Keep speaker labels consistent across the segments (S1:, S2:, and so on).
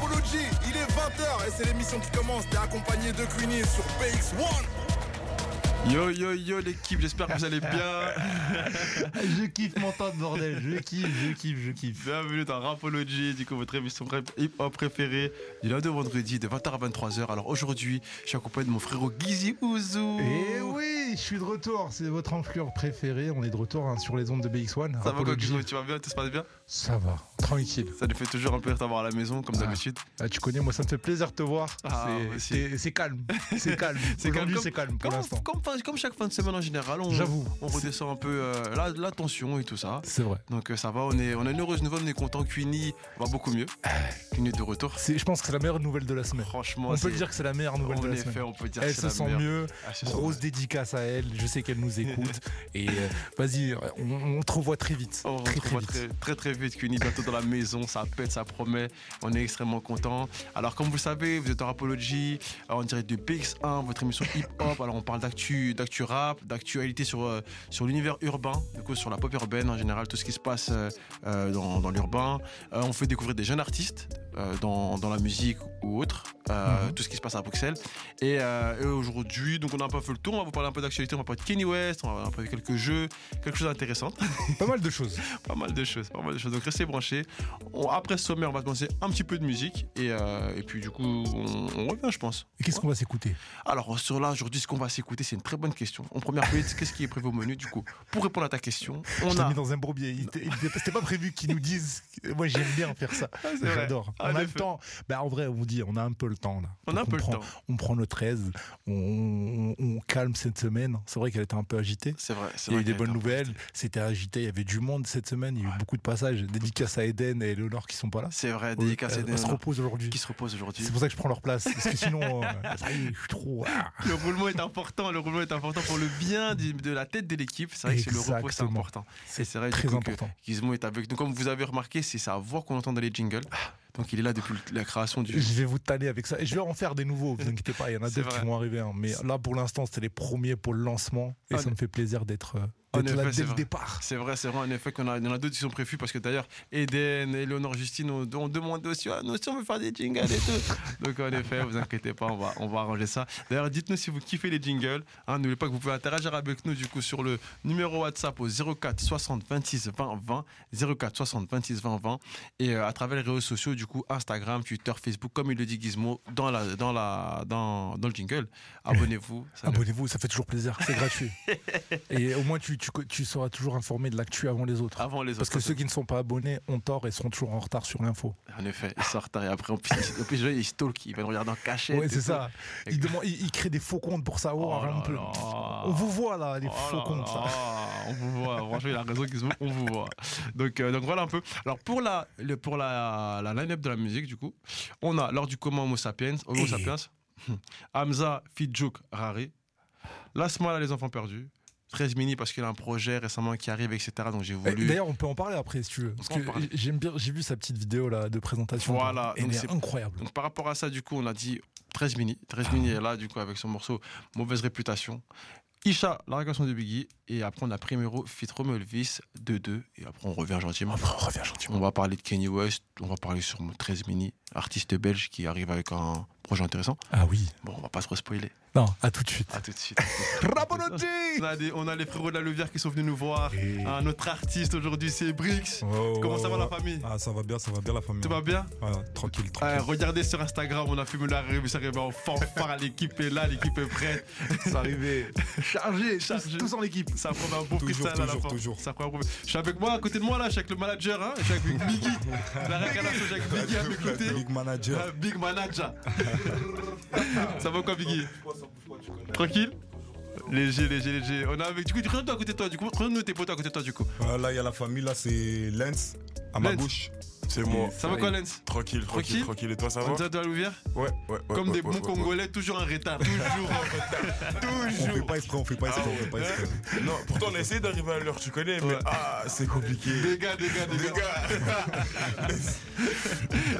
S1: Energy, il est 20h et c'est l'émission qui commence. T'es accompagné de Queenie sur BX1.
S2: Yo yo yo l'équipe, j'espère que vous allez bien.
S3: je kiffe mon temps de bordel, je kiffe, je kiffe, je kiffe.
S2: Bienvenue dans Rapology, du coup votre émission hip hop préférée du lundi au vendredi de 20h à 23h. Alors aujourd'hui, je suis accompagné de mon frérot Gizzy Ouzou.
S3: Et Eh oui, je suis de retour, c'est votre enflure préférée, on est de retour hein, sur les ondes de BX1.
S2: Ça va quoi
S3: Rapology.
S2: Gizmo, tu vas bien, tout se passe bien
S3: Ça va, tranquille.
S2: Ça nous fait toujours un plaisir de t'avoir à la maison comme
S3: Ah.
S2: d'habitude.
S3: Ah, tu connais, moi ça me fait plaisir de te voir.
S2: Ah,
S3: C'est-
S2: moi aussi.
S3: t'es- c'est calme, c'est calme.
S2: C'est calme
S3: Aujourd'hui,
S2: comme-
S3: c'est calme pour
S2: Comme,
S3: l'instant.
S2: comme fin- comme chaque fin de semaine en général, on,
S3: J'avoue.
S2: on redescend un peu euh, la, la tension et tout ça.
S3: C'est vrai.
S2: Donc euh, ça va, on, est, on a une heureuse nouvelle, on est content. Queenie va beaucoup mieux.
S3: Ah.
S2: Queenie est de retour.
S3: C'est- Je pense que c'est la meilleure nouvelle de la semaine.
S2: Franchement,
S3: On peut
S2: c'est-
S3: le dire que c'est la meilleure
S2: en
S3: nouvelle de la
S2: effet,
S3: semaine.
S2: on peut dire que
S3: Elle
S2: c'est
S3: se
S2: la
S3: sent
S2: meilleure.
S3: mieux.
S2: Ah, c'est ça.
S3: Grosse dédicace à elle. Je sais qu'elle nous écoute. Et euh, vas-y, on, on te revoit très vite.
S2: On
S3: très, très
S2: retrouve
S3: vite.
S2: très, très très vite Cuny bientôt dans la maison, ça pète, ça promet, on est extrêmement content. Alors comme vous le savez, vous êtes en Rapology, euh, en direct de BX1, votre émission hip-hop, alors on parle d'actu, d'actu rap, d'actualité sur, euh, sur l'univers urbain, du coup sur la pop urbaine en général, tout ce qui se passe euh, euh, dans, dans l'urbain. Euh, on fait découvrir des jeunes artistes euh, dans, dans la musique ou autre, euh,
S3: Mhm.
S2: tout ce qui se passe à Bruxelles. Et, euh, et aujourd'hui, donc on a un peu fait le tour, on va vous parler un peu d'actualité, on va parler de Kenny West, on va un peu quelques jeux, quelque chose d'intéressant.
S3: Pas mal de choses.
S2: Pas mal de choses, pas mal de choses. Donc restez branchés. On- après ce sommet, on va commencer un petit peu de musique et, euh, et puis du coup, on, on revient, je pense.
S3: Et Qu'est-ce qu'on va s'écouter
S2: Alors sur là, aujourd'hui, ce qu'on va s'écouter, c'est une très bonne question. En première minute, qu'est-ce qui est prévu au menu du coup Pour répondre à ta question,
S3: Je
S2: on
S3: t'ai
S2: a.
S3: mis dans un bourbier. Il était- il était- C'était pas prévu qu'ils nous disent. Moi, j'aime bien faire ça.
S2: Ah, c'est vrai.
S3: J'adore.
S2: Ah,
S3: On a
S2: en
S3: le
S2: effet.
S3: temps. Bah, en vrai, on vous dit, on a un peu le temps là.
S2: On a un peu le
S3: prend-
S2: temps.
S3: On prend notre aise. On, on- on calme cette semaine. C'est vrai qu'elle était un peu agitée.
S2: C'est vrai. c'est
S3: Il y a
S2: vrai
S3: eu des
S2: qu'elle
S3: bonnes
S2: est un-
S3: nouvelles. C'était agité. Il y avait du monde cette semaine. Il y a eu beaucoup de passages. Dédicace à Eden et Léonore qui sont pas là.
S2: C'est vrai, dédicace à
S3: Elles
S2: des
S3: se reposent aujourd'hui.
S2: qui se repose aujourd'hui.
S3: C'est pour ça que je prends leur place. Parce que sinon, euh, ça y est, je suis trop. ah.
S2: Le roulement est important, le roulement est important pour le bien du- de la tête de l'équipe. C'est vrai que c'est le repos, c'est
S3: Exactement.
S2: important. Et C'est vrai du
S3: Très
S2: coup, que-
S3: important.
S2: Gizmo est avec nous. Comme vous avez remarqué, c'est sa voix qu'on entend dans les jingles. Donc il est là depuis la création du.
S3: Ah. Je vais vous tanner avec ça. Et je vais en faire des nouveaux, vous inquiétez pas, il y en a
S2: C'est
S3: d'autres qui
S2: vrai.
S3: vont arriver. hein. Mais là, pour l'instant, c'était les premiers pour le lancement. Et
S2: En-
S3: ça me fait plaisir d'être euh,
S2: En
S3: d'être là
S2: effet, c'est
S3: dès le
S2: vrai.
S3: départ.
S2: C'est vrai, c'est vrai, en effet, qu'on a, il y en a d'autres qui sont prévus parce que d'ailleurs, Eden, Eleonore, Justine ont, ont demandé aussi, ah, nous aussi on veut faire des jingles et tout. Donc en effet, vous inquiétez pas, on va, on va arranger ça. D'ailleurs, dites-nous si vous kiffez les jingles. Hein, N'oubliez pas que vous pouvez interagir avec nous du coup sur le numéro WhatsApp au 04 60 26 20 20, 04 60 26 20 20 et euh, à travers les réseaux sociaux du coup Instagram, Twitter, Facebook, comme il le dit Gizmo dans la, dans la, dans, dans le jingle. Abonnez-vous. ça ne-
S3: Abonnez-vous, ça fait toujours plaisir, c'est gratuit. Et au moins, tu, tu, tu seras toujours informé de l'actu avant les autres.
S2: Avant les autres.
S3: Parce que ceux qui ne sont pas abonnés ont tort et seront toujours en retard sur l'info.
S2: En effet, ils sortent et après, en plus, en plus ils stalk, ils veulent regarder en cachette.
S3: Ouais,
S2: et
S3: c'est
S2: tout.
S3: ça.
S2: Et
S3: Ils,
S2: que-
S3: demandent- ils- ils créent des faux comptes pour savoir
S2: Oh
S3: un
S2: là
S3: peu.
S2: là.
S3: On vous voit là, les
S2: Oh
S3: faux
S2: là
S3: comptes. ça.
S2: là, On vous voit, franchement, il a raison, Gizmo, on vous voit. Donc, euh, donc voilà un peu. Alors pour la, le- pour la, la line-up de la musique, du coup, on a lors du commun Homo Sapiens, Homo
S3: Eh.
S2: Sapiens, Hamza, Fidjouk, Rari, Lasmal à les enfants perdus, 13 mini parce qu'il a un projet récemment qui arrive, etc. Donc j'ai
S3: Eh,
S2: voulu.
S3: D'ailleurs, on peut en parler après si tu veux. Parce
S2: peut en
S3: que
S2: parler.
S3: j'aime bien, j'ai vu sa petite vidéo là de présentation.
S2: Voilà,
S3: elle
S2: donc
S3: est
S2: c'est-
S3: incroyable.
S2: Donc par rapport à ça, du coup, on a dit 13 mini. 13 mini est là, du coup, avec son morceau Mauvaise réputation. Isha, la réaction de Biggie. Et après, on a Primero, Fit Romeo Elvis, 2-2. Et après, on revient gentiment.
S3: Après, on revient gentiment.
S2: On va parler de Kenny West, on va parler sur 13 mini, artiste belge qui arrive avec un projet intéressant.
S3: Ah oui.
S2: Bon, on va pas trop spoiler.
S3: Non, à tout de suite.
S2: À tout de suite.
S3: Rabonotti
S2: on, a des- on a les frérots de la Louvière qui sont venus nous voir.
S4: Ah.
S2: Un autre artiste aujourd'hui, c'est Brix. Comment ça va la famille
S5: Ah, ça va bien, ça va bien la famille.
S2: Tout va bien
S5: Voilà, tranquille,
S2: Ouais,
S4: Ah,
S5: tranquille.
S2: regardez sur Instagram, on a filmé la réunion, ça arrive en fanfare, l'équipe est là, l'équipe est prête. C'est arrivé. Chargé, chargé.
S3: Tous en équipe.
S2: Ça prend un beau
S5: Toujours,
S2: freestyle à la
S5: toujours,
S2: fin.
S5: toujours.
S2: Ça prend un beau- Je suis avec moi, à côté de moi là, je suis avec le manager, hein, je suis avec Biggie. La réclamation, je suis avec hein, Biggie à mes côtés.
S5: Big manager.
S2: Un Euh, big manager. ça va quoi, Biggie Tranquille Léger, léger, léger. On a avec. Du coup, présente-toi à côté de toi, du coup, présente-nous tes potes à côté de toi, du coup.
S6: Euh,
S5: Voilà, là, il y a la famille, là, c'est Lens, à ma
S2: Lens.
S5: gauche.
S6: C'est moi.
S2: Ça va quoi, Lens
S6: Tranquille,
S2: Tranquille
S6: tranquille, tranquille. Et toi, ça va
S2: On est à toi, Louvière
S6: Ouais, ouais, ouais.
S2: Comme des
S6: ouais, ouais,
S2: bons
S6: ouais,
S2: Congolais, toujours en retard. Toujours en
S5: On fait pas exprès, on fait pas exprès, on fait pas exprès.
S6: Ah ouais. Non, pourtant, on a essayé d'arriver à l'heure, tu connais, mais
S2: Ouais.
S6: ah, c'est compliqué.
S2: Des gars, des gars, des
S6: Les
S2: gars.
S6: gars,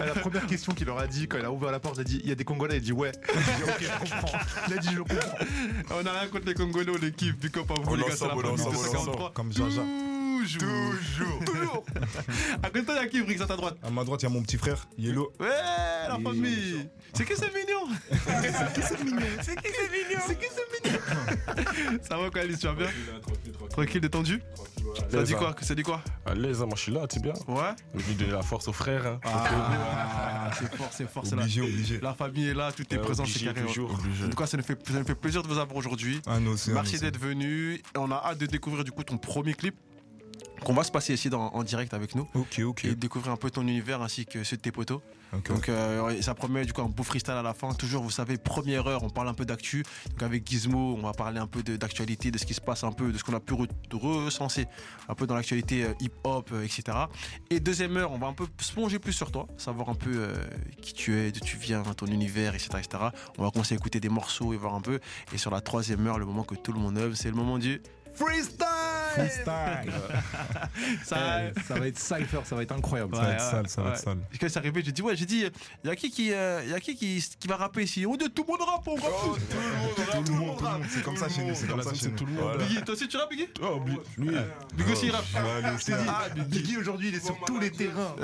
S4: À la première question qu'il leur a dit, quand il a ouvert la porte, il a dit il y a des Congolais, il a dit ouais. J'ai dit, ok, je comprends. Il a dit je comprends.
S2: On a rien contre les Congolais, l'équipe du Copa vous
S6: On
S2: les gars, c'est
S6: l'ensemble,
S2: la
S6: on
S2: famille
S6: l'ensemble, on
S2: 253.
S5: Comme Jaja.
S2: Ouh, Toujours. Toujours. Toujours. À côté, il y a qui, Briggs, à ta droite
S6: À ma droite, il y a mon petit frère, Yellow.
S2: Ouais, la famille C'est que c'est mignon C'est que c'est mignon C'est que c'est mignon C'est que c'est mignon Ça va quoi Alice, tu vas bien
S7: hein,
S2: Tranquille, détendu Ça dit quoi Ça dit quoi
S7: À l'aise, hein, moi je suis là, tu es bien.
S2: Ouais
S7: Je vais donner la force aux frères. hein.
S2: Ah, c'est fort, c'est fort, c'est là.
S6: Obligé, obligé.
S2: La famille est là, tout est
S7: Euh,
S2: présent chez
S7: obligé,
S2: Carré.
S7: toujours.
S2: En tout cas, ça nous, fait, ça nous fait plaisir de vous avoir aujourd'hui.
S6: Ah non, c'est
S2: Merci d'être venu. Et On a hâte de découvrir du coup ton premier clip qu'on va se passer ici dans- en direct avec nous
S6: Ok, ok.
S2: et découvrir un peu ton univers ainsi que ceux de tes potos.
S6: ok.
S2: Donc euh, ouais, ça promet du coup un beau freestyle à la fin. Toujours, vous savez, première heure, on parle un peu d'actu. Donc avec Gizmo, on va parler un peu de- d'actualité, de, ce qui se passe un peu, de ce qu'on a pu re- recenser un peu dans l'actualité euh, hip-hop, euh, etc. Et deuxième heure, on va un peu se plonger plus sur toi, savoir un peu euh, qui tu es, d'où tu viens, ton univers, etc., etc. On va commencer à écouter des morceaux et voir un peu. Et sur la troisième heure, le moment que tout le monde aime, c'est le moment du freestyle.
S3: Freestyle.
S2: Ça,
S3: Eh, Ça va être cypher, ça va être incroyable.
S6: Ça
S2: Ouais,
S6: va être
S2: ouais,
S6: sale, ça va
S2: ouais.
S6: être sale.
S2: Parce que c'est arrivé, j'ai dit, ouais, j'ai dit, il y a qui qui, euh, y a qui, qui, qui va rapper ici Oh Dieu, tout le monde rappe, on rappe tous.
S6: Tout le monde, tout le monde, c'est comme ça chez nous, c'est
S7: Dans
S6: comme
S7: la
S6: ça
S7: zone,
S6: chez
S7: c'est
S6: nous.
S7: tout le monde.
S2: Biggie, toi aussi tu rappes, Biggie
S7: Oh, oublie- lui,
S2: Biggie aussi il rappe.
S6: Ouais, lui, je t'ai dit.
S2: Ah, Biggie.
S1: Guy aujourd'hui, il est sur tous les terrains.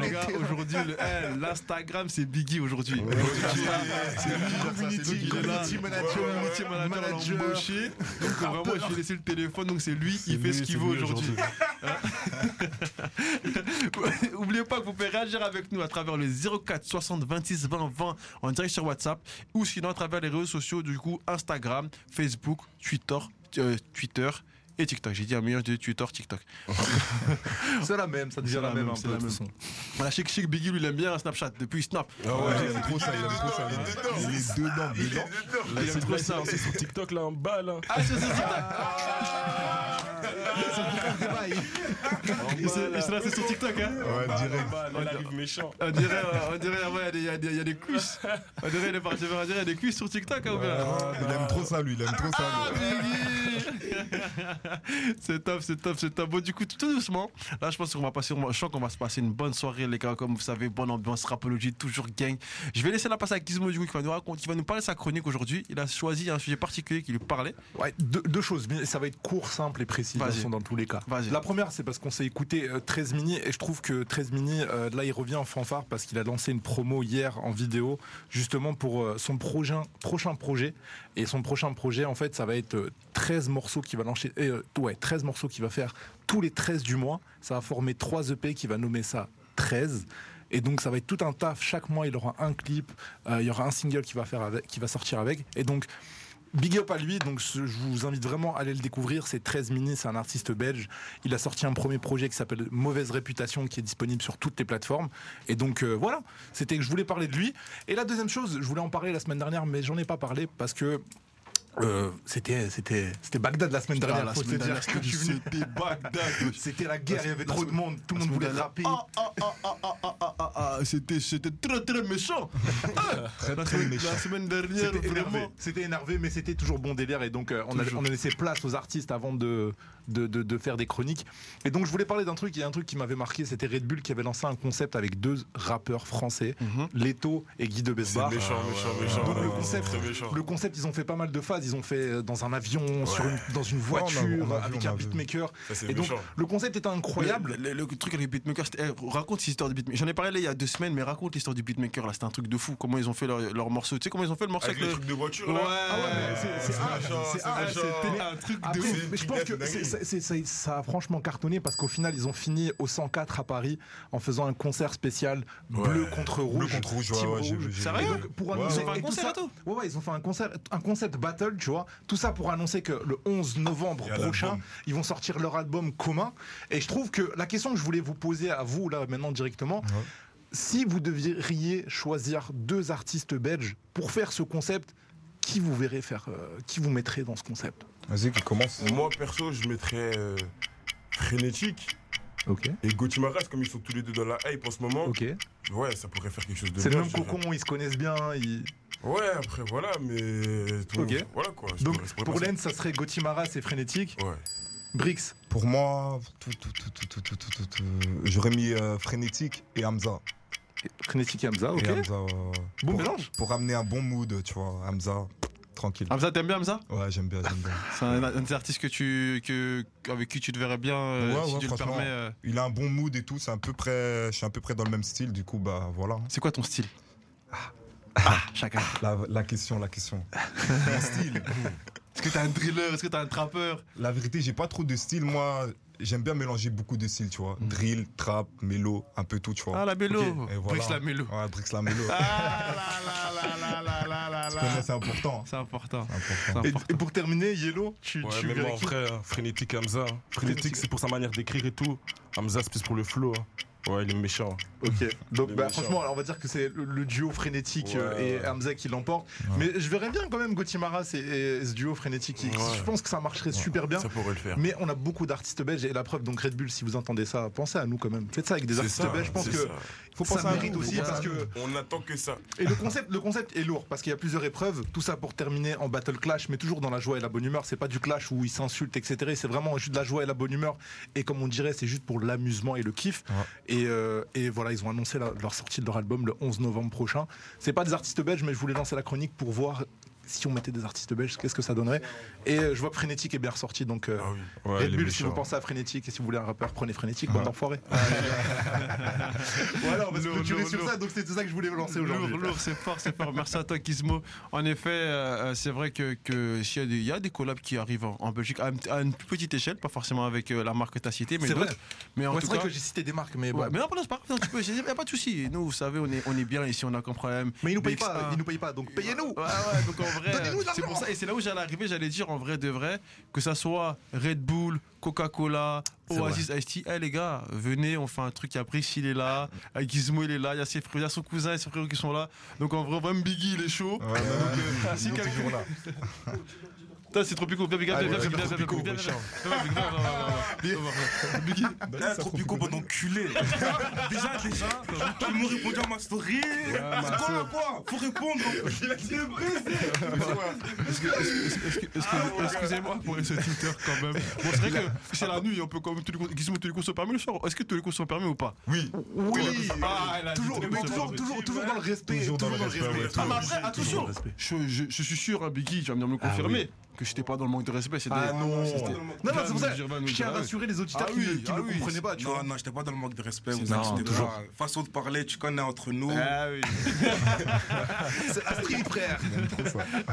S2: Les gars, aujourd'hui, le- eh, l'Instagram, c'est Biggie aujourd'hui.
S1: Community,
S2: Il est là,
S1: community manager,
S2: community manager, on l'a
S1: manager.
S2: embauché. Donc vraiment, je lui ai laissé le téléphone, donc c'est lui, il fait
S7: lui,
S2: ce qu'il
S7: c'est
S2: veut
S7: lui
S2: aujourd'hui. Oubliez pas que vous pouvez réagir avec nous à travers le 04 60 26 20 20 en direct sur WhatsApp ou sinon à travers les réseaux sociaux du coup Instagram, Facebook, Twitter, euh, Twitter et TikTok. J'ai dit un meilleur de Twitter, TikTok.
S1: C'est la même, ça devient
S2: C'est
S1: la
S2: la
S1: même
S2: même,
S1: un
S2: c'est
S1: peu.
S2: la même. Voilà, Chic Chic Biggie lui il aime bien un Snapchat depuis Snap.
S7: Ah ouais,
S6: J'aime trop ça, j'aime trop ça. Il est dedans, dedans.
S7: là,
S2: il aime
S7: c'est
S2: trop
S7: trop
S2: ça.
S7: ça. C'est sur TikTok là en hein. bas là.
S2: Ah, c'est c'est-
S7: En
S2: Il
S7: bas,
S2: s'est
S7: là.
S2: il s'est lancé sur TikTok, hein
S6: Ouais, direct.
S7: En bas, là, il arrive méchant.
S2: On dirait, euh, on dirait, ouais, il y, a des- il y a des cuisses. On dirait, il est parti vers- on dirait, il y a des cuisses sur TikTok, hein, ou bien
S6: Il aime trop ça, lui, il aime trop
S2: Ah,
S6: ça. lui.
S2: c'est top, c'est top, c'est top. Bon, du coup, tout doucement, là, je pense qu'on va passer, on va- je sens qu'on va se passer une bonne soirée, les gars. Comme vous savez, bonne ambiance, rapologie, toujours gang. Je vais laisser la passe à Gizmo, du coup, qui va nous raconter, qui va nous parler de sa chronique aujourd'hui. Il a choisi un sujet particulier qui lui parlait.
S3: Ouais, deux, deux choses, mais ça va être court, simple et précis de toute
S2: Vas-y.
S3: façon, dans tous les cas.
S2: Vas-y.
S3: La première, c'est parce qu'on s'est écouté euh, 13 mini et je trouve que 13 mini, euh, là, il revient en fanfare parce qu'il a lancé une promo hier en vidéo, justement pour euh, son prochain, prochain projet. Et son prochain projet, en fait, ça va être euh, 13 morceaux qu'il va lancer. et, euh, ouais, 13 morceaux qu'il va faire tous les 13 du mois. Ça va former 3 EP qui va nommer ça 13. Et donc ça va être tout un taf. Chaque mois, il aura un clip, euh, il y aura un single qui va, faire avec, qui va sortir avec. Et donc Big up à lui, donc ce- je vous invite vraiment à aller le découvrir. C'est 13 mini, c'est un artiste belge. Il a sorti un premier projet qui s'appelle Mauvaise Réputation, qui est disponible sur toutes les plateformes. Et donc euh, voilà, c'était que je voulais parler de lui. Et la deuxième chose, je voulais en parler la semaine dernière, mais j'en ai pas parlé parce que euh, c'était c'était c'était Bagdad la semaine dernière.
S2: la
S3: faut se
S2: semaine
S3: dire
S2: dernière,
S3: que je suis venu.
S2: c'était Bagdad.
S3: C'était la guerre, il y avait trop de monde, tout le monde voulait rapper.
S2: Ah, ah, ah, ah, ah, ah, ah, ah, ah, c'était, c'était très, très méchant. la, semaine, la semaine dernière,
S3: C'était énervé.
S2: vraiment.
S3: C'était énervé, mais c'était toujours bon délire. Et donc, euh, on, a,
S2: Toujours.
S3: on a laissé place aux artistes avant de, de, de- de faire des chroniques. Et donc, je voulais parler d'un truc. Il y a un truc qui m'avait marqué. C'était Red Bull qui avait lancé un concept avec deux rappeurs français,
S6: Mm.
S2: Mhm.
S3: Leto et Guy de Besbar.
S8: Méchant,
S6: Ah,
S8: méchant, méchant.
S3: Donc, le
S8: Ouais,
S3: concept-
S8: Très méchant.
S3: Le concept, ils ont fait pas mal de phases. Ils ont fait euh, dans un avion, sur une- dans une
S6: on a-
S3: voiture,
S6: on a vu,
S3: avec
S6: on a
S3: un
S6: vu.
S3: beatmaker.
S8: Ça, c'est
S3: Et donc,
S8: méchant.
S3: le concept était incroyable.
S2: Le, le- le truc avec les beatmakers, c'était- eh, raconte cette histoire du beatmaker. J'en ai parlé là, il y a deux semaines, mais raconte l'histoire du beatmaker. Là, c'était un truc de fou. Comment ils ont fait leur, leur morceau. Tu sais comment ils ont fait le morceau
S8: Avec
S2: avec,
S8: le
S2: le-
S8: truc de voiture
S2: Ah Ouais,
S8: là.
S3: c'est- c'est
S8: Ah,
S3: hard, c'est
S8: c'est
S3: hard,
S2: Ah,
S8: méchant.
S2: c'était un truc de
S3: Après,
S2: ouf.
S3: mais je pense que c'est- c'est- c'est- c'est- ça a franchement cartonné parce qu'au final, ils ont fini au 104 à Paris en faisant un concert spécial bleu contre rouge.
S6: contre rouge, ouais,
S3: team
S6: ouais, j'ai
S3: rouge.
S6: vu, j'ai
S2: Sérieux
S3: Et donc, pour
S2: Ils ont
S3: annoncer
S2: fait un
S3: et tout
S2: concert
S3: ça-
S2: et tout
S3: Ouais, ouais, ils ont fait un concert, un concept battle, tu vois. Tout ça pour annoncer que le 11 novembre
S6: Il y a
S3: prochain,
S6: l'album.
S3: ils vont sortir leur album commun. Et je trouve que la question que je voulais vous poser à vous là maintenant directement, si vous deviez choisir deux artistes belges pour faire ce concept, qui vous verrez faire, euh, qui vous mettrez dans ce concept
S6: Vas-y, qui commence.
S8: Moi perso, je mettrais euh, Frénétique
S3: Ok,
S8: et Gauthier Maras, comme ils sont tous les deux dans la hype en ce moment.
S3: ok.
S8: Ouais, ça pourrait faire quelque chose de
S3: C'est le
S8: bien,
S3: même
S8: je dirais.
S3: cocon, ils se connaissent bien. ils-
S8: Ouais, après voilà, mais. tout-
S3: Ok.
S8: Voilà quoi. je
S3: Donc
S8: pourrais- je pourrais
S3: pour
S8: passer-
S3: Lens, ça serait Gotimaras et Frénétique.
S8: Ouais.
S3: Brix,
S6: Pour moi, tout, tout, tout, tout, tout, tout, tout, tout, tout. j'aurais mis euh, Frénétique et Hamza.
S3: Frénétique et Hamza, ok.
S6: Et Hamza, ouais, ouais.
S3: Bon
S6: pour,
S3: mélange.
S6: Pour amener un bon mood, tu vois, Hamza. tranquille.
S2: Hamza, Ah, t'aimes bien Hamza
S6: Ouais, j'aime bien, j'aime bien.
S2: C'est un, un des artistes que tu, que, avec qui tu te verrais bien, euh,
S6: Ouais,
S2: si
S6: ouais,
S2: tu le
S6: franchement.
S2: permets. euh.
S6: Il a un bon mood et tout, c'est à peu près, je suis à peu près dans le même style, du coup, bah voilà.
S2: C'est quoi ton style Ah, chacun.
S6: La, la question, la question. Mon style.
S2: Est-ce que t'as un driller Est-ce que t'as un trappeur
S6: La vérité, j'ai pas trop de style, moi. J'aime bien mélanger beaucoup de styles, tu vois. Drill, trap, mélo, un peu tout, tu vois.
S2: Ah, la mélo
S6: Ok, et voilà.
S2: Brice la mélo.
S6: Ouais, Brix la mélo.
S2: Ah là là là là là là là
S6: Je connais,
S2: là.
S6: C'est important. hein.
S2: C'est important.
S6: important.
S2: C'est
S3: Et,
S2: important.
S3: et pour terminer, Yellow, tu,
S9: Ouais,
S3: tu
S9: mais moi,
S3: verrais
S9: en
S3: qui
S9: vrai, hein, Frénétique Hamza. Frénétique, c'est pour sa manière d'écrire et tout. Hamza, c'est plus pour le flow. hein. Ouais, il est méchant.
S3: Ok. Donc
S9: Les
S3: bah,
S9: méchants.
S3: franchement, alors, on va dire que c'est le, le duo frénétique euh,
S9: Ouais.
S3: et Hamza qui l'emporte. Mais je verrais bien quand même Gotimaras et, et ce duo frénétique. qui- qui- Je pense que ça marcherait super bien.
S1: Ça pourrait le faire.
S3: Mais on a beaucoup d'artistes belges et la preuve, donc Red Bull, si vous entendez ça, pensez à nous quand même. Faites ça avec des
S1: C'est
S3: artistes
S1: ça,
S3: belges. Je pense
S1: c'est
S3: que
S1: ça.
S3: faut
S6: penser
S3: ça
S6: à
S3: mérite
S6: nous,
S3: aussi
S6: faut
S3: parce
S6: penser à
S3: que
S1: On attend que ça.
S3: Et le concept, le concept est lourd parce qu'il y a plusieurs épreuves. Tout ça pour terminer en battle clash, mais toujours dans la joie et la bonne humeur. C'est pas du clash où ils s'insultent, etc. C'est vraiment juste de la joie et la bonne humeur. Et comme on dirait, c'est juste pour l'amusement et le kiff.
S6: Ouais.
S3: Et, euh, et voilà, ils ont annoncé la- leur sortie de leur album le 11 novembre prochain. C'est pas des artistes belges, mais je voulais lancer la chronique pour voir si on mettait des artistes belges, qu'est-ce que ça donnerait. Et euh, je vois que Frénétique est bien ressorti, donc. euh,
S1: Ah oui.
S9: Ouais,
S3: Red
S9: il est
S3: Bull, si
S9: méchant.
S3: vous pensez à Frénétique et si vous voulez un rappeur, prenez Frénétique, bande d'enfoirés. voilà, on va se
S2: Lourd,
S3: clôturer
S2: lourd,
S3: sur
S2: lourd.
S3: ça, donc c'est tout ça que je voulais vous lancer aujourd'hui.
S2: Lourd, lourd, c'est fort, c'est fort. Merci à toi, Gizmo. En effet, euh, euh, c'est vrai que, que s'il y, a des- il y a des collabs qui arrivent en, en Belgique à, une- à une plus petite échelle, pas forcément avec euh, la marque que tu as citée, mais
S3: C'est vrai.
S2: d'autres. Mais en
S3: Ouais,
S2: tout
S3: c'est vrai
S2: cas.
S3: que j'ai cité des marques, mais bon.
S2: Ouais, mais non, non, c'est pas grave, tu peux, il n'y a pas de souci. Nous, vous savez, on est, on est bien ici, on a aucun problème.
S3: Mais ils nous payent
S2: Big
S3: pas, hein.
S2: Star.
S3: ils nous payent pas, donc payez-nous
S2: Ouais, ouais, donc en vrai,
S3: Donnez-nous de
S2: c'est pour
S3: l'argent.
S2: ça. Et c'est là où j'allais arriver, j'allais dire en vrai de vrai, que ça soit Red Bull, Coca-Cola, Oasis, Ice-T, eh les gars, venez, on fait un truc. Après, il est là, euh, Gizmo, il est là, il y a ses frères, il y a son cousin et ses frères qui sont là. Donc en vrai, même Biggie, il est chaud. euh,
S6: Ouais, ouais,
S2: si
S6: ils sont
S2: quelqu'un-
S6: toujours là.
S2: Putain, c'est trop pico. Viens, viens, viens,
S3: Allez,
S2: viens,
S3: ouais,
S2: viens, viens, viens,
S3: Tropico,
S2: viens, viens, viens. Non, non, non, non, non, non, non. Biggie,
S1: Un tropico, bon enculé. Déjà, déjà, tout le monde répondit à ma story. C'est quoi le quoi Faut répondre. Il a dit le baiser.
S2: est-ce que- est-ce que- est-ce que- est-ce que- excusez-moi pour ce Twitter quand même. Bon, c'est vrai que c'est la nuit, on peut quand même. tous les coups- Gizmo, tous les coups sont permis le soir. Est-ce que tous les coups sont permis ou pas
S6: Oui,
S3: Oui
S2: Ah, elle a dit
S3: Toujours,
S2: tous les
S3: mais
S2: coups sont
S3: toujours,
S2: permis.
S3: toujours, toujours dans le respect,
S6: Toujours dans le respect, ouais.
S2: Ah, mais après, attention, je, je- je suis sûr, hein, Biggie, tu vas venir me le
S1: Ah
S2: confirmer, que j'étais pas dans le manque de respect. c'était-
S3: Ah non
S2: c'était-
S3: Non, non, c'est pour ça,
S2: Gervain nous
S3: je tiens à
S2: dira, ouais.
S3: rassurer les auditeurs
S2: Ah
S3: qui ne-
S2: oui,
S3: qui ne
S2: ah oui.
S3: comprenaient pas, tu
S1: Non,
S3: vois.
S1: non, j'étais pas dans le manque de respect.
S2: C'est
S1: Vous
S2: non,
S1: inquiétez
S2: toujours.
S1: pas. Façon de parler, tu connais entre nous.
S2: Ah oui.
S3: C'est Astrid, Ah, frère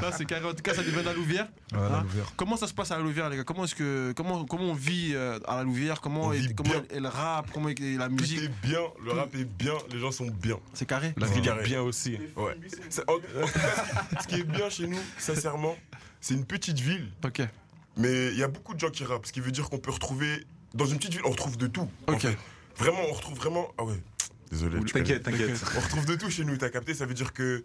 S2: Là, c'est carré. En tout cas, ça devient la Louvière.
S6: Ouais, la
S2: Hein
S6: Louvière.
S2: Comment ça se passe à la Louvière, les gars Comment est-ce que comment comment on vit euh, à la Louvière Comment
S6: On
S2: est,
S6: vit
S2: comment
S6: bien.
S2: est le rap Comment est la
S1: Tout est
S2: musique
S1: bien, le rap est bien, les gens sont bien.
S2: C'est carré.
S9: La ville est
S1: Carré.
S9: bien aussi.
S1: Ouais. C'est- en- en tout cas, ce qui est bien chez nous, sincèrement, c'est une petite ville,
S2: Ok.
S1: mais il y a beaucoup de gens qui rappent, ce qui veut dire qu'on peut retrouver. Dans une petite ville, on retrouve de tout. en
S2: Ok.
S1: fait. Vraiment, on retrouve vraiment. Ah ouais, désolé. tu connais.
S3: T'inquiète, t'inquiète.
S1: On retrouve de tout chez nous, t'as capté Ça veut dire que.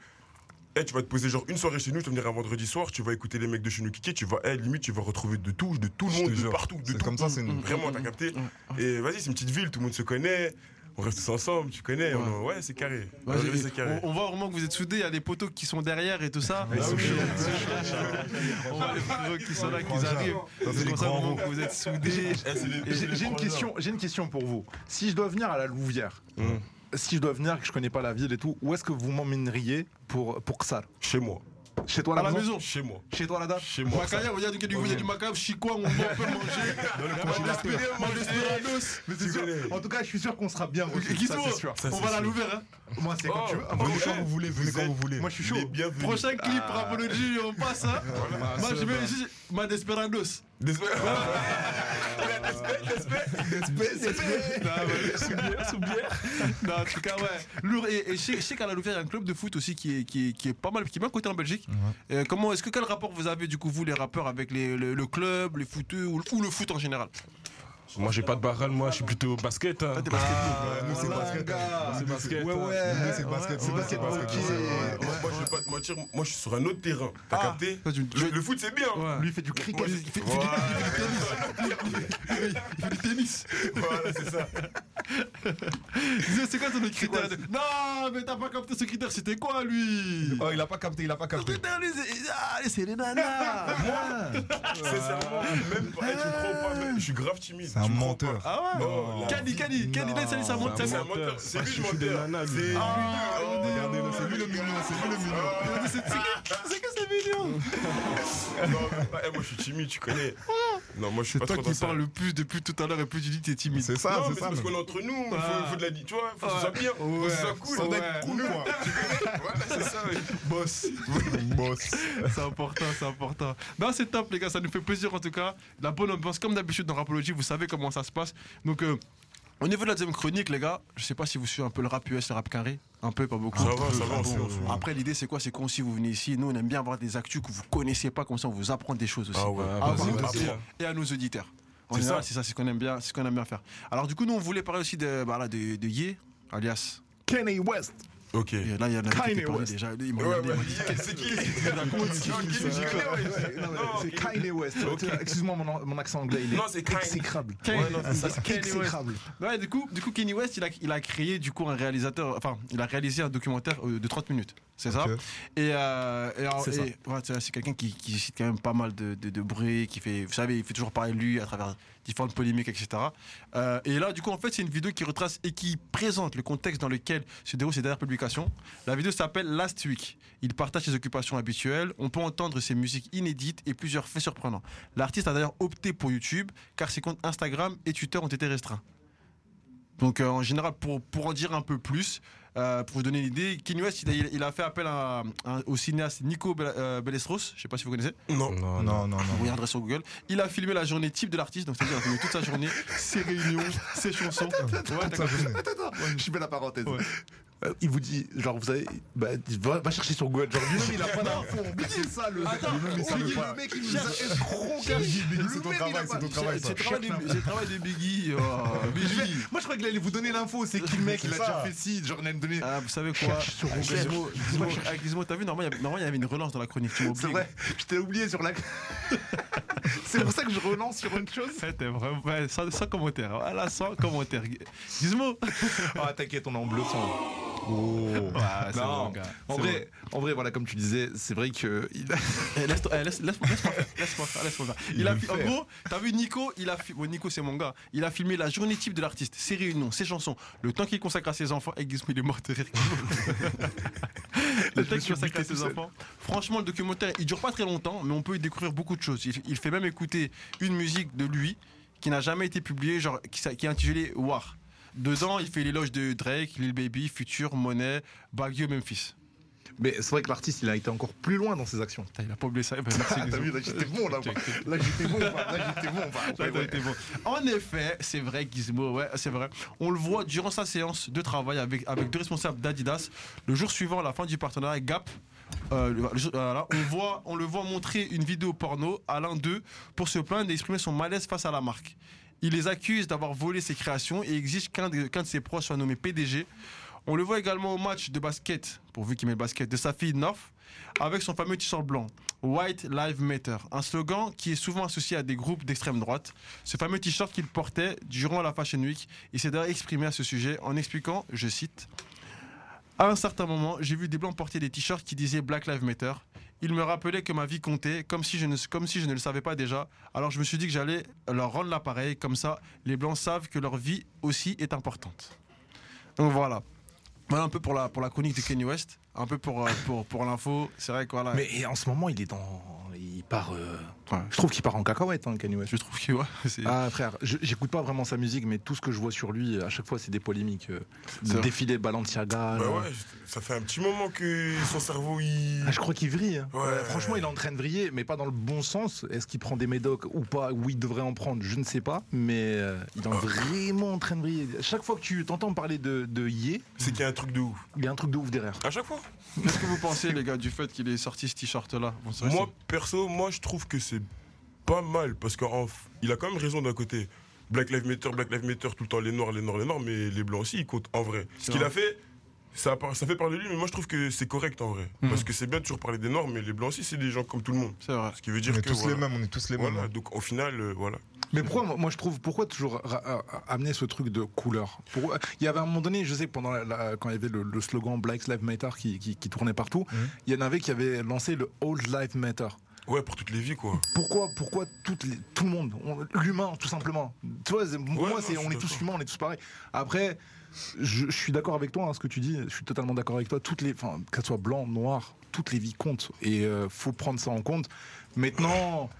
S1: eh, tu vas te poser genre une soirée chez nous, tu vas venir un vendredi soir, tu vas écouter les mecs de chez nous kicker, tu vas, eh, limite, tu vas retrouver de tout, de tout le
S6: je
S1: monde,
S6: te
S1: de
S6: jure.
S1: partout, de
S6: C'est
S1: tout.
S6: comme ça, c'est une.
S1: Vraiment,
S2: Mm,
S1: t'as capté Et vas-y, c'est une petite ville, tout le monde se connaît, on reste tous ensemble, tu connais,
S2: Ouais.
S1: on- ouais, c'est carré.
S2: Ouais,
S1: Aujourd'hui,
S2: j'ai-
S1: c'est carré.
S2: on, on voit vraiment que vous êtes soudés, il y a des poteaux qui sont derrière et tout ça.
S6: Ils sont chauds.
S2: On voit les poteaux qui sont là, qui
S6: Ça,
S2: arrivent.
S6: c'est
S2: C'est
S6: les
S2: comme ça
S6: grands
S2: vraiment
S6: mots.
S2: que vous êtes soudés.
S1: Eh, c'est les-
S3: J'ai j'ai une question, j'ai une question pour vous. Si je dois venir à la Louvière, si je dois venir, que je connais pas la ville et tout, où est-ce que vous m'emmèneriez pour pour ça
S1: Chez moi,
S3: Chez toi
S2: À
S3: à
S2: la
S3: la
S2: maison.
S1: chez moi,
S3: Chez toi à la dame
S1: chez moi.
S2: Macaya, on va dire qu'il y a du- il y a du macabre, chicois, on peut manger. On va espérer, on va espérer.
S3: Mais c'est
S1: Tu
S3: sûr.
S1: connais.
S3: En tout cas, je suis sûr qu'on sera bien reçus.
S2: Guizmo,
S3: ça, c'est sûr.
S1: Ça,
S2: on
S1: c'est
S2: va à la
S1: sûr.
S2: Louvière. hein.
S3: Moi, c'est quand tu veux. Ah, moi,
S6: Venez quand vous voulez, venez quand vous voulez.
S3: Moi, je suis
S1: Les
S3: chaud.
S1: bienvenus.
S2: Prochain clip, Rapology, on passe. Hein. Moi, je vais ici, ma Desperados.
S1: Désolé.
S8: Ah,
S2: Non, en tout cas, ouais. Lourd. Et, et je sais- je sais qu'à la Louvière, il y a un club de foot aussi qui est, qui est, qui est pas mal, qui est bien coté en Belgique. Euh, comment, est-ce que quel rapport vous avez, du coup, vous, les rappeurs, avec les, le, le club, les footeux ou, ou le foot en général
S9: Moi, j'ai pas de barrel, moi, je suis plutôt basket. hein.
S6: Ah, nous, c'est basket.
S1: Ah,
S9: C'est basket.
S3: Ouais,
S9: hein.
S3: ouais.
S6: Nous, c'est basket, c'est
S2: ouais,
S6: basket,
S2: ouais,
S6: basket,
S2: ok.
S6: basket.
S1: Moi, je vais pas te mentir, moi, je suis sur un autre terrain. T'as
S2: Ah.
S1: capté
S2: Toi, tu-
S1: le, le foot, c'est bien.
S2: Ouais.
S3: Lui, il fait du cricket.
S2: Il fait- il fait- il fait- il fait du tennis.
S1: Voilà, c'est ça.
S2: Dis, C'est quoi ton critère de- Non, mais t'as pas capté ce critère, c'était quoi lui
S6: Oh, il a pas capté, il a pas
S2: Ce
S6: capté.
S2: critère, lui, c'est- Ah, c'est les nanas
S1: Sincèrement, même pas. eh, tu me crois pas, mais je suis grave timide.
S6: C'est un
S1: Tu me crois
S6: menteur.
S2: Ah ouais
S1: Non.
S2: Cani, Cani, Cani, laisse aller, ça monte,
S1: pas.
S2: ça
S1: C'est un
S2: monte.
S1: menteur. C'est lui le
S9: des
S1: menteur.
S9: nanas, lui.
S1: C'est lui.
S2: Ah,
S1: Oh,
S2: regardez.
S1: regardez-le,
S6: C'est lui le mignon, c'est lui le mignon.
S2: C'est c'est que c'est millions
S8: Non, mais pas- eh, moi, je suis timide, tu connais. Non, moi, je suis
S2: C'est
S8: pas
S2: toi
S8: trop
S2: qui
S8: dans ça.
S2: parles le plus depuis tout à l'heure et plus tu dis que t'es timide.
S6: C'est ça,
S8: non, mais
S6: c'est
S8: c'est
S6: ça.
S8: parce
S6: même.
S8: qu'on est entre nous, il faut, faut de la faut, ouais, faut que ce soit bien, faut que
S2: Ouais.
S8: ce soit cool.
S6: Ça doit
S2: Ouais.
S6: être cool, quoi.
S8: Voilà, c'est ça.
S2: Boss.
S6: Boss.
S2: C'est important, c'est important. Non, c'est top, les gars, ça nous fait plaisir en tout cas. La bonne ambiance, comme d'habitude dans Rapology, vous savez comment ça se passe. Donc, euh, au niveau de la deuxième chronique, les gars, je sais pas si vous suivez un peu le rap US, le rap carré. Un peu, pas beaucoup.
S8: Ça va, ça va, on suit, on suit.
S2: Après, l'idée, c'est quoi C'est qu'on, si vous venez ici, nous, on aime bien avoir des actus que vous connaissez pas, comme ça, on vous apprend des choses aussi.
S8: Ah ouais,
S2: À vous,
S8: vas-y,
S2: à
S8: vas-y.
S2: vous et à nos auditeurs. En
S8: C'est
S2: général,
S8: ça.
S2: C'est ça, c'est ce qu'on aime bien, c'est ce qu'on aime bien faire. Alors du coup, nous on voulait parler aussi de, bah, là, de, de Ye, alias.
S3: Kanye West.
S8: Ok.
S2: Et là, il y en a qui
S3: Kanye
S2: étaient parlé
S3: West.
S2: déjà. Il m'a
S8: Ouais,
S2: regardé,
S8: ouais,
S2: il m'a dit,
S8: yeah, c'est qui
S3: Non, mais C'est Kanye West. Excuse-moi mon, mon accent anglais, il est
S8: Non, c'est Kanye.
S3: exécrable.
S2: Kanye.
S3: Ouais, non, c'est
S2: Ça,
S3: ça,
S2: c'est Kanye
S3: exécrable.
S2: Ouais, du coup, du coup, Kenny West, il a, il a créé du coup un réalisateur, enfin, il a réalisé un documentaire euh, de 30 minutes, c'est ça
S6: Ok.
S2: Et, euh, et alors-
S3: C'est ça.
S2: et, voilà, tu vois, c'est quelqu'un qui, qui cite quand même pas mal de, de, de bruit, qui fait, vous savez, il fait toujours parler de lui à travers différentes polémiques, etc. Euh, et là, du coup, en fait, c'est une vidéo qui retrace et qui présente le contexte dans lequel se déroulent ces dernières publications. La vidéo s'appelle Last Week. Il partage ses occupations habituelles. On peut entendre ses musiques inédites et plusieurs faits surprenants. L'artiste a d'ailleurs opté pour YouTube car ses comptes Instagram et Twitter ont été restreints. Donc euh, en général, pour, pour en dire un peu plus, euh, pour vous donner une idée, Kanye West, il a, il a fait appel à, à- au cinéaste Nico Bel- euh, Belestros, je sais pas si vous connaissez,
S8: Non.
S6: Non, non, non.
S2: vous regarderez sur Google, il a filmé la journée type de l'artiste, donc c'est-à-dire il a filmé toute sa journée, ses réunions, ses chansons. Ouais,
S6: Ça,
S2: d'accord.
S6: je sais.
S3: Attends, je mets la parenthèse. Euh, il vous dit, genre, vous savez, bah, va, va chercher sur Google. Genre, lui-même, il a pas d'infos. Oubliez ça, le
S2: Attends,
S3: lui-même, il
S2: on
S3: savait
S2: dit
S3: pas.
S2: le mec, il
S3: Cherche- escroc, cache-
S6: Biggie, c'est
S3: lui-même,
S6: ton
S3: il a
S6: travail,
S3: pas-
S6: c'est ton travail,
S2: C'est
S6: ça.
S2: le travail de- c'est le travail de Biggie. oh, Biggie.
S3: Moi, je croyais qu'il allait vous donner l'info. C'est qui le mec Il a
S6: C'est ça.
S3: déjà fait ci. Genre, il allait me donner.
S2: Ah, vous savez quoi
S3: Cherche sur Google.
S2: Gizmo, Gizmo, Avec Gizmo, t'as vu, normalement, il y avait- normalement, il y avait une relance dans la chronique, tu m'as
S3: C'est
S2: oublié.
S3: vrai, je t'ai oublié sur la. c'est pour ça que je relance sur une chose.
S2: Ouais, t'es vraiment- ouais, sans, sans commentaire, voilà, sans commentaire. Gizmo
S3: Ah, t'inquiète, on est en Bah, bleu sans.
S2: Ouais, c'est
S3: Oh. Non.
S2: bon, gars.
S3: En
S2: C'est
S3: vrai, en vrai, voilà, comme tu disais, c'est vrai que. il a-
S2: Eh, laisse- eh, laisse- Laisse-moi laisse-moi faire, laisse-moi faire, laisse-moi faire. Il a,
S3: veut
S2: fi- en
S3: faire.
S2: gros, t'as vu Nico, il a fi- bon, Nico c'est mon gars, il a filmé la journée type de l'artiste, ses réunions, ses chansons, le temps qu'il consacre à ses enfants, et Gizmo il est mort de rire. le temps qu'il consacre à ses enfants. Franchement, le documentaire, il dure pas très longtemps, mais on peut y découvrir beaucoup de choses. Il, il fait même écouter une musique de lui qui n'a jamais été publiée, genre, qui, s'a- qui est intitulée War. Dedans, il fait l'éloge de Drake, Lil Baby, Future, Monet, Baguio, Memphis.
S3: Mais c'est vrai que l'artiste, il a été encore plus loin dans ses actions.
S2: Putain, il a pas oublié ça. Eh ben, merci,
S3: Ah, t'as
S2: Gizmo.
S3: vu, là, j'étais bon, là. moi. Là, j'étais bon, enfin, là, j'étais bon. enfin,
S2: Ça,
S3: ouais,
S2: ça a
S3: ouais.
S2: été bon. En effet, c'est vrai, Gizmo, ouais, c'est vrai. On le voit durant sa séance de travail avec, avec deux responsables d'Adidas. Le jour suivant la fin du partenariat Gap, euh, le- le jour- voilà, on, voit, on le voit montrer une vidéo porno à l'un d'eux pour se plaindre et exprimer son malaise face à la marque. Il les accuse d'avoir volé ses créations et exige qu'un de, qu'un de ses proches soit nommé PDG. On le voit également au match de basket, pourvu qu'il met le basket, de sa fille North, avec son fameux t-shirt blanc. White Lives Matter, un slogan qui est souvent associé à des groupes d'extrême droite. Ce fameux t-shirt qu'il portait durant la Fashion Week, il s'est d'ailleurs exprimé à ce sujet en expliquant, je cite, À un certain moment, j'ai vu des blancs porter des t-shirts qui disaient Black Lives Matter. Ils me rappelaient que ma vie comptait, comme si je ne, comme si je ne le savais pas déjà. Alors je me suis dit que j'allais leur rendre l'appareil, comme ça, les blancs savent que leur vie aussi est importante. Donc voilà. Voilà un peu pour la, pour la chronique de Kanye West, un peu pour, euh, pour, pour l'info. C'est vrai que voilà.
S3: Mais et en ce moment, il est dans. Il part. euh,
S2: Ouais.
S3: Je trouve qu'il part en cacahuète, hein, Kanye West.
S2: Je trouve que ouais, c'est.
S3: Ah frère, je- j'écoute pas vraiment sa musique, mais tout ce que je vois sur lui, à chaque fois, c'est des polémiques. euh,
S2: C'est vrai.
S3: défilé Balenciaga. euh,
S8: Bah
S3: genre.
S8: ouais, ça fait un petit moment que son cerveau il.
S3: Ah, je crois qu'il vrille. hein.
S8: Ouais.
S3: Euh, franchement, il est en train de vriller, mais pas dans le bon sens. Est-ce qu'il prend des médocs ou pas Ou il devrait en prendre Je ne sais pas. Mais euh, il est en- vraiment en train de vriller. À Chaque fois que tu t'entends parler de, de Ye,
S8: C'est qu'il y a un truc de ouf.
S3: il y a un truc de ouf derrière.
S8: À chaque fois.
S2: Qu'est-ce que vous pensez, les gars, du fait qu'il ait sorti ce t-shirt là Bon, c'est vrai,
S8: Moi, perso, moi, je trouve que c'est pas mal parce qu'il a quand même raison d'un côté. Black Lives Matter, Black Lives Matter, tout le temps les noirs, les noirs, les noirs, mais les blancs aussi, ils comptent en vrai. Ce
S2: C'est
S8: qu'il
S2: vrai.
S8: a fait, ça, par- ça fait parler de lui, mais moi je trouve que c'est correct en vrai. Parce que c'est bien de toujours parler des noirs, mais les blancs aussi, c'est des gens comme tout le monde.
S2: c'est- c'est vrai.
S8: Ce qui veut
S6: On
S8: dire
S6: est
S8: que.
S6: tous
S8: voilà.
S6: les mêmes, on est tous les
S8: Voilà,
S6: mêmes. hein.
S8: donc au final, euh, voilà.
S3: Mais pourquoi, moi, moi, je trouve, pourquoi toujours ra- ra- amener ce truc de couleur Pour- Il y avait un moment donné, je sais que pendant la- la- quand il y avait le, Mmh. le slogan Black Lives Matter qui, qui- qui tournait partout, il y en avait qui avaient lancé le Old Lives Matter.
S8: Ouais, pour toutes les vies, quoi.
S3: Pourquoi, pourquoi toutes les- tout le monde, on- l'humain tout simplement. Tu vois, c'est- pour
S8: Ouais,
S3: moi,
S8: non,
S3: c'est,
S8: je suis
S3: on est tous
S8: d'accord.
S3: humains, on est tous pareils. Après, je, je suis d'accord avec toi, hein, ce que tu dis. Je suis totalement d'accord avec toi. Toutes les, enfin, que ce soit blanc, noir, toutes les vies comptent et euh, faut prendre ça en compte. Maintenant.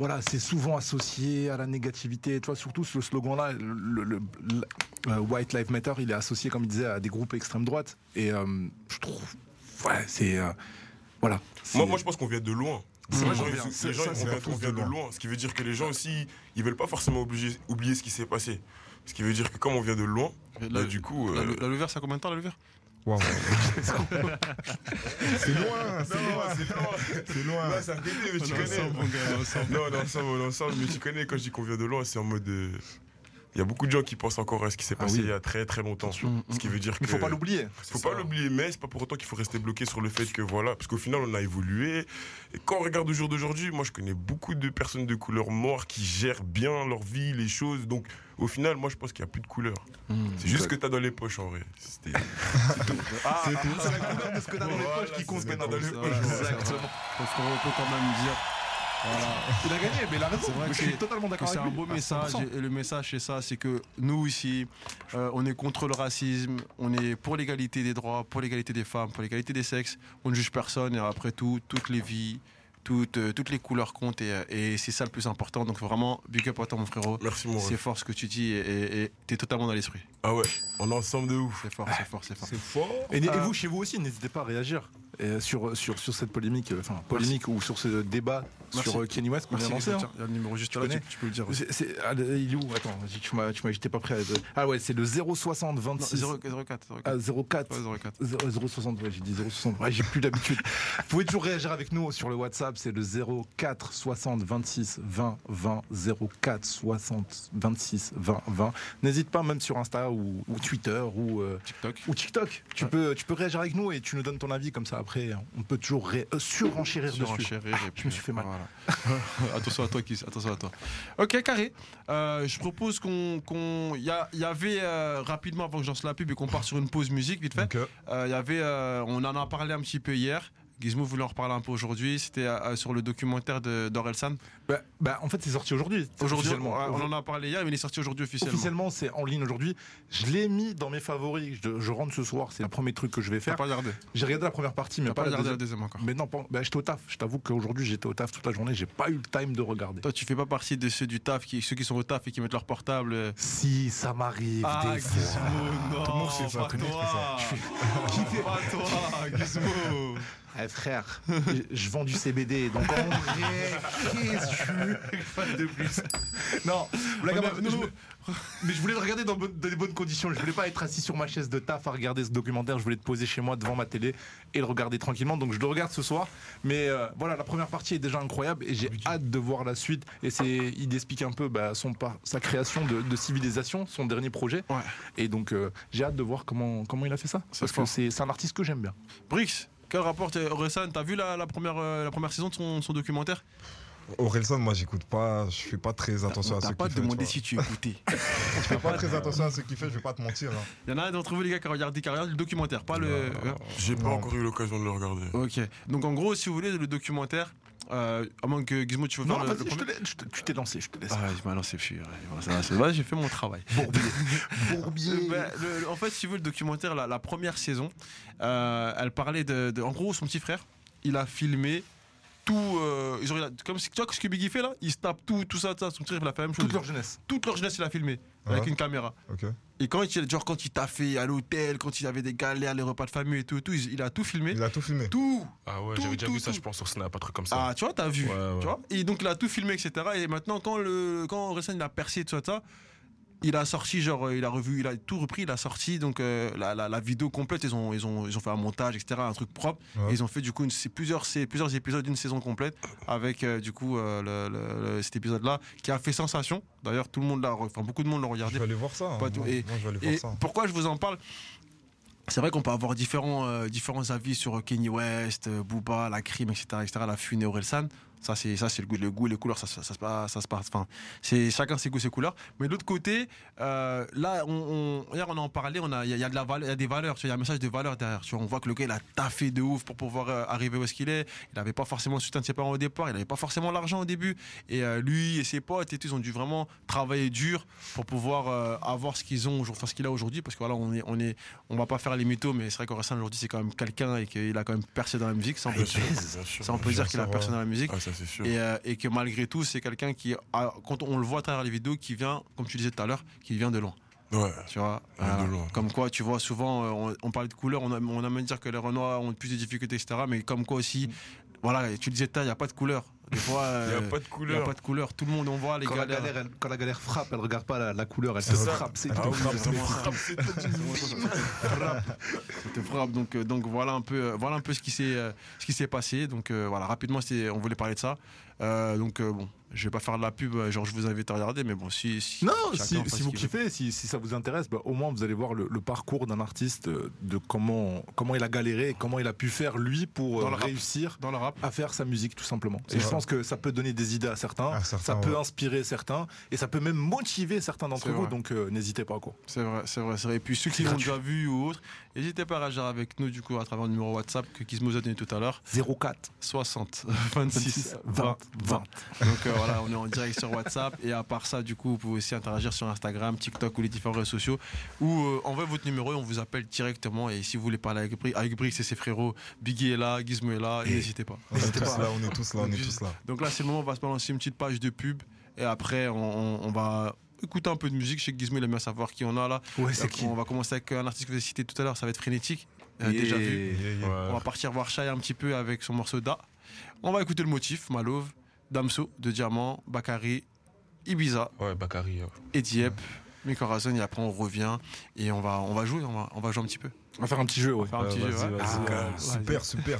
S3: Voilà, c'est souvent associé à la négativité. Tu vois, surtout ce slogan-là, le, le- le- euh, White Lives Matter, il est associé, comme il disait, à des groupes extrême droite. Et euh, je trouve, ouais, c'est euh, voilà.
S8: Moi,
S3: C'est-
S8: moi, je pense qu'on vient de loin.
S6: C'est
S8: Les
S6: vrai
S8: gens,
S6: qu'on
S8: ils-
S6: vient-
S8: les
S6: c'est-
S8: gens,
S6: ça,
S8: ils-
S6: c'est
S8: on
S6: vrai
S8: vient-
S6: qu'on
S8: on vient
S6: vient
S8: de
S6: de
S8: loin. Ce qui veut dire que les gens aussi, ils veulent pas forcément obliger- oublier ce qui s'est passé. Ce qui veut dire que comme on vient de loin,
S2: Et
S8: bah,
S2: là,
S8: du coup,
S2: La,
S8: euh,
S2: la Louvre, c'est à combien de temps la Louvre
S6: Waouh. c'est loin, c'est
S8: Non,
S6: loin,
S8: c'est loin.
S6: c'est loin.
S2: Bah,
S8: Ouais, c'est à côté, mais tu connais. Non, l'ensemble, l'ensemble, mais tu connais, quand je dis qu'on vient de loin, c'est en mode. euh, Il y a beaucoup de gens qui pensent encore à ce qui s'est passé
S3: oui.
S8: il y a très très longtemps. Ce qui veut dire que.
S3: Il faut pas l'oublier.
S8: Faut pas l'oublier, mais c'est pas pour autant qu'il faut rester bloqué sur le fait que voilà, parce qu'au final on a évolué. Et quand on regarde au jour d'aujourd'hui, moi je connais beaucoup de personnes de couleur noire qui gèrent bien leur vie, les choses. Donc au final, moi je pense qu'il n'y a plus de couleur. C'est juste ce que t'as dans les poches en vrai. C'était-
S3: Ah,
S6: C'est tout.
S3: Parce que t'as dans les
S8: Voilà,
S3: poches qui compte
S8: c'est
S3: maintenant.
S8: dans les
S2: Voilà,
S8: poches.
S2: c'est vrai. Parce qu'on peut quand même dire
S3: Il a gagné, mais il a raison.
S2: C'est vrai
S3: Mais
S2: que
S3: je suis
S2: c'est-
S3: totalement
S2: que
S3: d'accord
S2: c'est
S3: avec
S2: un
S3: lui.
S2: beau
S3: Ah,
S2: message.
S3: 100%.
S2: Et le message, c'est ça c'est que nous, ici, euh, on est contre le racisme, on est pour l'égalité des droits, pour l'égalité des femmes, pour l'égalité des sexes. On ne juge personne et après tout, toutes les vies. Toutes, euh, toutes les couleurs comptent et, euh, et c'est ça le plus important. Donc vraiment, big up à toi mon frérot.
S8: Merci mon
S2: C'est
S8: ref.
S2: fort ce que tu dis et- et et t'es totalement dans l'esprit.
S8: Ah ouais, on est ensemble de ouf.
S2: C'est fort, c'est fort, c'est fort.
S8: fort.
S3: Et, et vous, chez vous aussi, n'hésitez pas à réagir euh, sur, sur, sur cette polémique, euh, enfin polémique ou sur ce débat
S2: Merci.
S3: sur euh, Kenny West qu'on vient
S2: Merci,
S3: de
S2: Lisa,
S3: lancer. hein.
S2: tiens, il y a le numéro juste
S3: Tu
S2: là,
S3: connais
S2: tu, tu peux le dire.
S3: C'est- c'est- ah, le- il est où Attends, j'ai- tu m'as, tu m'as, j'étais pas prêt. À... Ah ouais, c'est le 060
S2: Non,
S3: 26
S2: 0- 04. 04.
S3: à 04
S2: Ouais, 04.
S3: 060, ouais, j'ai dit 060, ouais, j'ai plus d'habitude. Vous pouvez toujours réagir avec nous sur le WhatsApp, c'est le 04 60 26 20 20, 04 60 26 20 20. N'hésite pas, même sur Insta ou, ou Twitter ou, euh,
S2: TikTok.
S3: ou TikTok, tu, peux, tu peux réagir avec nous et tu nous donnes ton avis, comme ça après, on peut toujours ré- euh, surenchérir dessus. Ah,
S2: Surenchérir et
S3: je me suis fait mal.
S2: voilà. attention à toi, Kiss. Attention à toi. Ok, carré. Euh, je propose qu'on. qu'on- Il y, a- il y avait euh, rapidement, avant que j'en la pub et qu'on part sur une pause musique, vite fait.
S6: Ok.
S2: Euh, Il y avait. euh, on en a parlé un petit peu hier. Gizmo voulait en reparler un peu aujourd'hui. C'était euh, sur le documentaire de- d'Orelsan.
S3: Bah, bah, en fait, c'est sorti aujourd'hui.
S2: Aujourd'hui, on,
S3: officiellement.
S2: on en a parlé hier, mais il est sorti aujourd'hui officiellement.
S3: Officiellement, c'est en ligne aujourd'hui. Je l'ai mis dans mes favoris. Je, je rentre ce soir, c'est le premier truc que je vais
S2: T'as
S3: faire.
S2: pas regardé.
S3: J'ai regardé la première partie, mais
S2: T'as
S3: pas,
S2: pas
S3: la
S2: regardé
S3: deuxième.
S2: la deuxième encore.
S3: Mais non, pas- bah, j'étais au taf. Je t'avoue qu'aujourd'hui, j'étais au taf toute la journée. J'ai pas eu le time de regarder.
S2: Toi, tu fais pas partie de ceux du taf, qui, ceux qui sont au taf et qui mettent leur portable. euh,
S3: Si, ça m'arrive
S2: Ah,
S3: des fois.
S1: Oh,
S2: Gizmo, non,
S6: sait ça,
S2: pas
S6: tout le monde
S2: toi. Pas toi, Gizmo.
S3: Eh, frère, je- je vends du CBD, donc en vrai, qu'est-ce que Fan de plus. Non, blague à part,
S2: non,
S3: je-
S2: non.
S3: mais je voulais le regarder dans, bonne- dans des bonnes conditions. Je voulais pas être assis sur ma chaise de taf à regarder ce documentaire. Je voulais te poser chez moi devant ma télé et le regarder tranquillement. Donc je le regarde ce soir. Mais euh, voilà, la première partie est déjà incroyable et j'ai hâte de voir la suite. Et c'est, il explique un peu bah, son par- sa création de, de civilisation, son dernier projet.
S2: Ouais.
S3: Et donc euh, j'ai hâte de voir comment comment il a fait ça.
S2: C'est
S3: Parce que
S2: fort.
S3: c'est c'est un artiste que j'aime bien.
S2: Brix, quel rapport t'es- Orelsan, t'as vu la, la première, euh, la première saison de son, son documentaire
S6: Orelsan, moi j'écoute pas, je fais pas très attention à ce
S2: T'as
S6: qu'il
S2: pas
S6: fait. tu
S2: demandé
S6: vois.
S2: si tu écoutais.
S6: Je fais pas très attention à ce qu'il fait, je vais pas te mentir. hein.
S2: Il y en a un d'entre vous, les gars, qui regardent qui regardent le documentaire, pas le. hein.
S8: J'ai pas
S6: Non.
S8: encore eu l'occasion de le regarder.
S2: Ok. Donc, en gros, si vous voulez, le documentaire, euh, à moins que Gizmo, tu veux
S3: Non,
S2: faire le,
S3: vas-y,
S2: le
S3: je te
S2: premier
S3: laisse- je te- tu t'es lancé, je te laisse.
S2: Ah, ouais, je m'en lance, c'est fur. Voilà, j'ai fait mon travail. Euh, bah, le- le- en fait, si tu veux, le documentaire, la, la première saison, euh, elle parlait de, de- En gros, son petit frère, il a filmé tout. euh, genre, il a- comme si- tu vois ce que Biggie fait là Il se tape tout, tout ça, tout ça. Son petit frère, il a fait la même chose.
S3: Toute leur jeunesse.
S2: Toute leur jeunesse, il a filmé avec
S6: Ouais.
S2: une caméra.
S6: Ok.
S2: Et quand il, genre, quand il taffait à l'hôtel, quand il avait des galères, les repas de famille et tout, tout il, il a tout filmé.
S6: Il a tout filmé.
S2: Tout
S9: Ah ouais,
S2: Tout,
S9: j'avais déjà
S2: tout,
S9: vu ça,
S2: tout.
S9: je pense, sur Snap, un truc comme ça.
S2: Ah, tu vois, t'as vu.
S9: Ouais, ouais.
S2: Tu vois et donc, il a tout filmé, etc. Et maintenant, quand, le, quand Orelsan, il a percé tout ça, tout ça, il a sorti, genre, euh, il a revu, il a tout repris, il a sorti donc euh, la, la- la vidéo complète. Ils ont, ils, ont, ils ont fait un montage, etc., un truc propre.
S6: Ouais.
S2: Et ils ont fait, du coup, une, c'est plusieurs, c'est plusieurs épisodes d'une saison complète avec, euh, du coup, euh, le- le- le- cet épisode-là qui a fait sensation. D'ailleurs, tout le monde l'a, re- enfin, beaucoup de monde l'a
S6: Je
S2: regardé.
S6: vais aller voir ça. hein.
S2: Pas tout-
S6: Moi, moi, je vais aller
S2: Et
S6: voir ça.
S2: pourquoi je vous en parle c'est vrai qu'on peut avoir euh, différents, euh, différents avis sur Kenny West, euh, Booba, la crime, etc., etc., la fune et Orelsan. Ça, c'est ça, c'est le goût, le goût, les couleurs, ça, ça, ça se passe, ça se passe. Enfin, c'est chacun ses goûts, ses couleurs. Mais de l'autre côté, euh, là, on, on- hier on en parlait, on a, il y, a- il y a de la valeur, il y a des valeurs, tu vois, il y a un message de valeur derrière. Tu vois, on voit que le gars il a taffé de ouf pour pouvoir euh, arriver où est-ce qu'il est. Il n'avait pas forcément le soutien de ses parents au départ, il n'avait pas forcément l'argent au début. Et euh, lui et ses potes et tout, ils ont dû vraiment travailler dur pour pouvoir euh, avoir ce qu'ils ont, aujourd'hui- enfin, ce qu'il a aujourd'hui, parce que voilà, on est, on est, on va pas faire les mythos, mais c'est vrai qu'Orelsan aujourd'hui c'est quand même quelqu'un et qu'il a quand même percé dans la musique. Ça, on peut, ça, on peut dire qu'il a percé dans la musique.
S8: Ah, ça, c'est sûr.
S2: Et, euh, et que malgré tout, c'est quelqu'un qui, a- quand on le voit à travers les vidéos, qui vient, comme tu disais tout à l'heure, qui vient de loin.
S8: Ouais.
S2: Tu vois,
S8: Ouais, de
S2: voilà.
S8: loin.
S2: comme quoi, tu vois, souvent, euh, on, on parle de couleurs, on, aime- on aime dire que les Renois ont plus de difficultés, etc. Mais comme quoi aussi, voilà, et tu le disais, il n'y a pas de couleur. Des fois,
S8: Mm. Il n'y a
S2: euh,
S8: pas de
S2: il n'y a
S8: couleur.
S2: pas de couleur. Tout le monde, on voit les
S3: Quand la,
S2: galères.
S3: galère, elle- quand la galère frappe, elle regarde pas la, la couleur, elle se
S8: ça.
S3: frappe, c'est tout.
S2: Ça te frappe. Donc, euh, donc voilà un peu, euh, voilà un peu ce qui s'est, euh, ce qui s'est passé. Donc euh, voilà, rapidement, c'était- on voulait parler de ça. Euh, donc euh, bon, je vais pas faire de la pub, euh, genre je vous invite à regarder, mais bon, si, si-
S3: Non,
S2: chacun
S3: si,
S2: fait
S3: si
S2: ce
S3: vous
S2: qu'il veut.
S3: kiffez, si, si ça vous intéresse, bah, au moins vous allez voir le, le parcours d'un artiste, euh, de comment, comment il a galéré, et comment il a pu faire lui pour euh,
S2: Dans le rap.
S3: réussir
S2: dans le rap.
S3: à faire sa musique tout simplement.
S6: C'est
S3: Et je
S6: vrai.
S3: pense que ça peut donner des idées à certains,
S6: À certains,
S3: ça peut
S6: ouais.
S3: inspirer certains, et ça peut même motiver certains d'entre
S2: C'est
S3: vous,
S2: vrai.
S3: donc euh, n'hésitez pas quoi.
S2: C'est vrai, c'est vrai, c'est vrai. Et puis ceux qui l'ont déjà vu ou autre, n'hésitez pas à réagir avec nous du coup à travers le numéro WhatsApp que Gizmo nous a donné tout à l'heure.
S3: 04
S2: 60 26 20 20. Donc euh, voilà, on est en direct sur WhatsApp. Et à part ça, du coup, vous pouvez aussi interagir sur Instagram, TikTok ou les différents réseaux sociaux. Ou euh, envoyez votre numéro et on vous appelle directement. Et si vous voulez parler avec Brick, avec Brick, c'est ses frérots. Biggie est là, Gizmo est là, et n'hésitez pas.
S6: On est tous là, on est tous là, on est tous là.
S2: Donc là, c'est le moment, on va se balancer une petite page de pub. Et après, on, on- on va écouter un peu de musique. Je sais que Gizmo, il aime bien savoir qui on a là.
S3: Ouais,
S2: Donc, On va commencer avec un artiste que vous avez cité tout à l'heure, ça va être Frénétique. euh, Déjà vu. On va partir voir Shai un petit peu avec son morceau Da. On va écouter le motif, Malove, Damso, De Diamant, Bakari, Ibiza
S9: Ouais, Bakary. ouais.
S2: et Dieppe. Mikorazon, et après on revient et on va, on va jouer, on va, on va jouer un petit hein. peu.
S6: Euh,
S3: On va faire un petit jeu, ouais.
S2: Faire un petit jeu. ouais.
S6: Ah, super, super.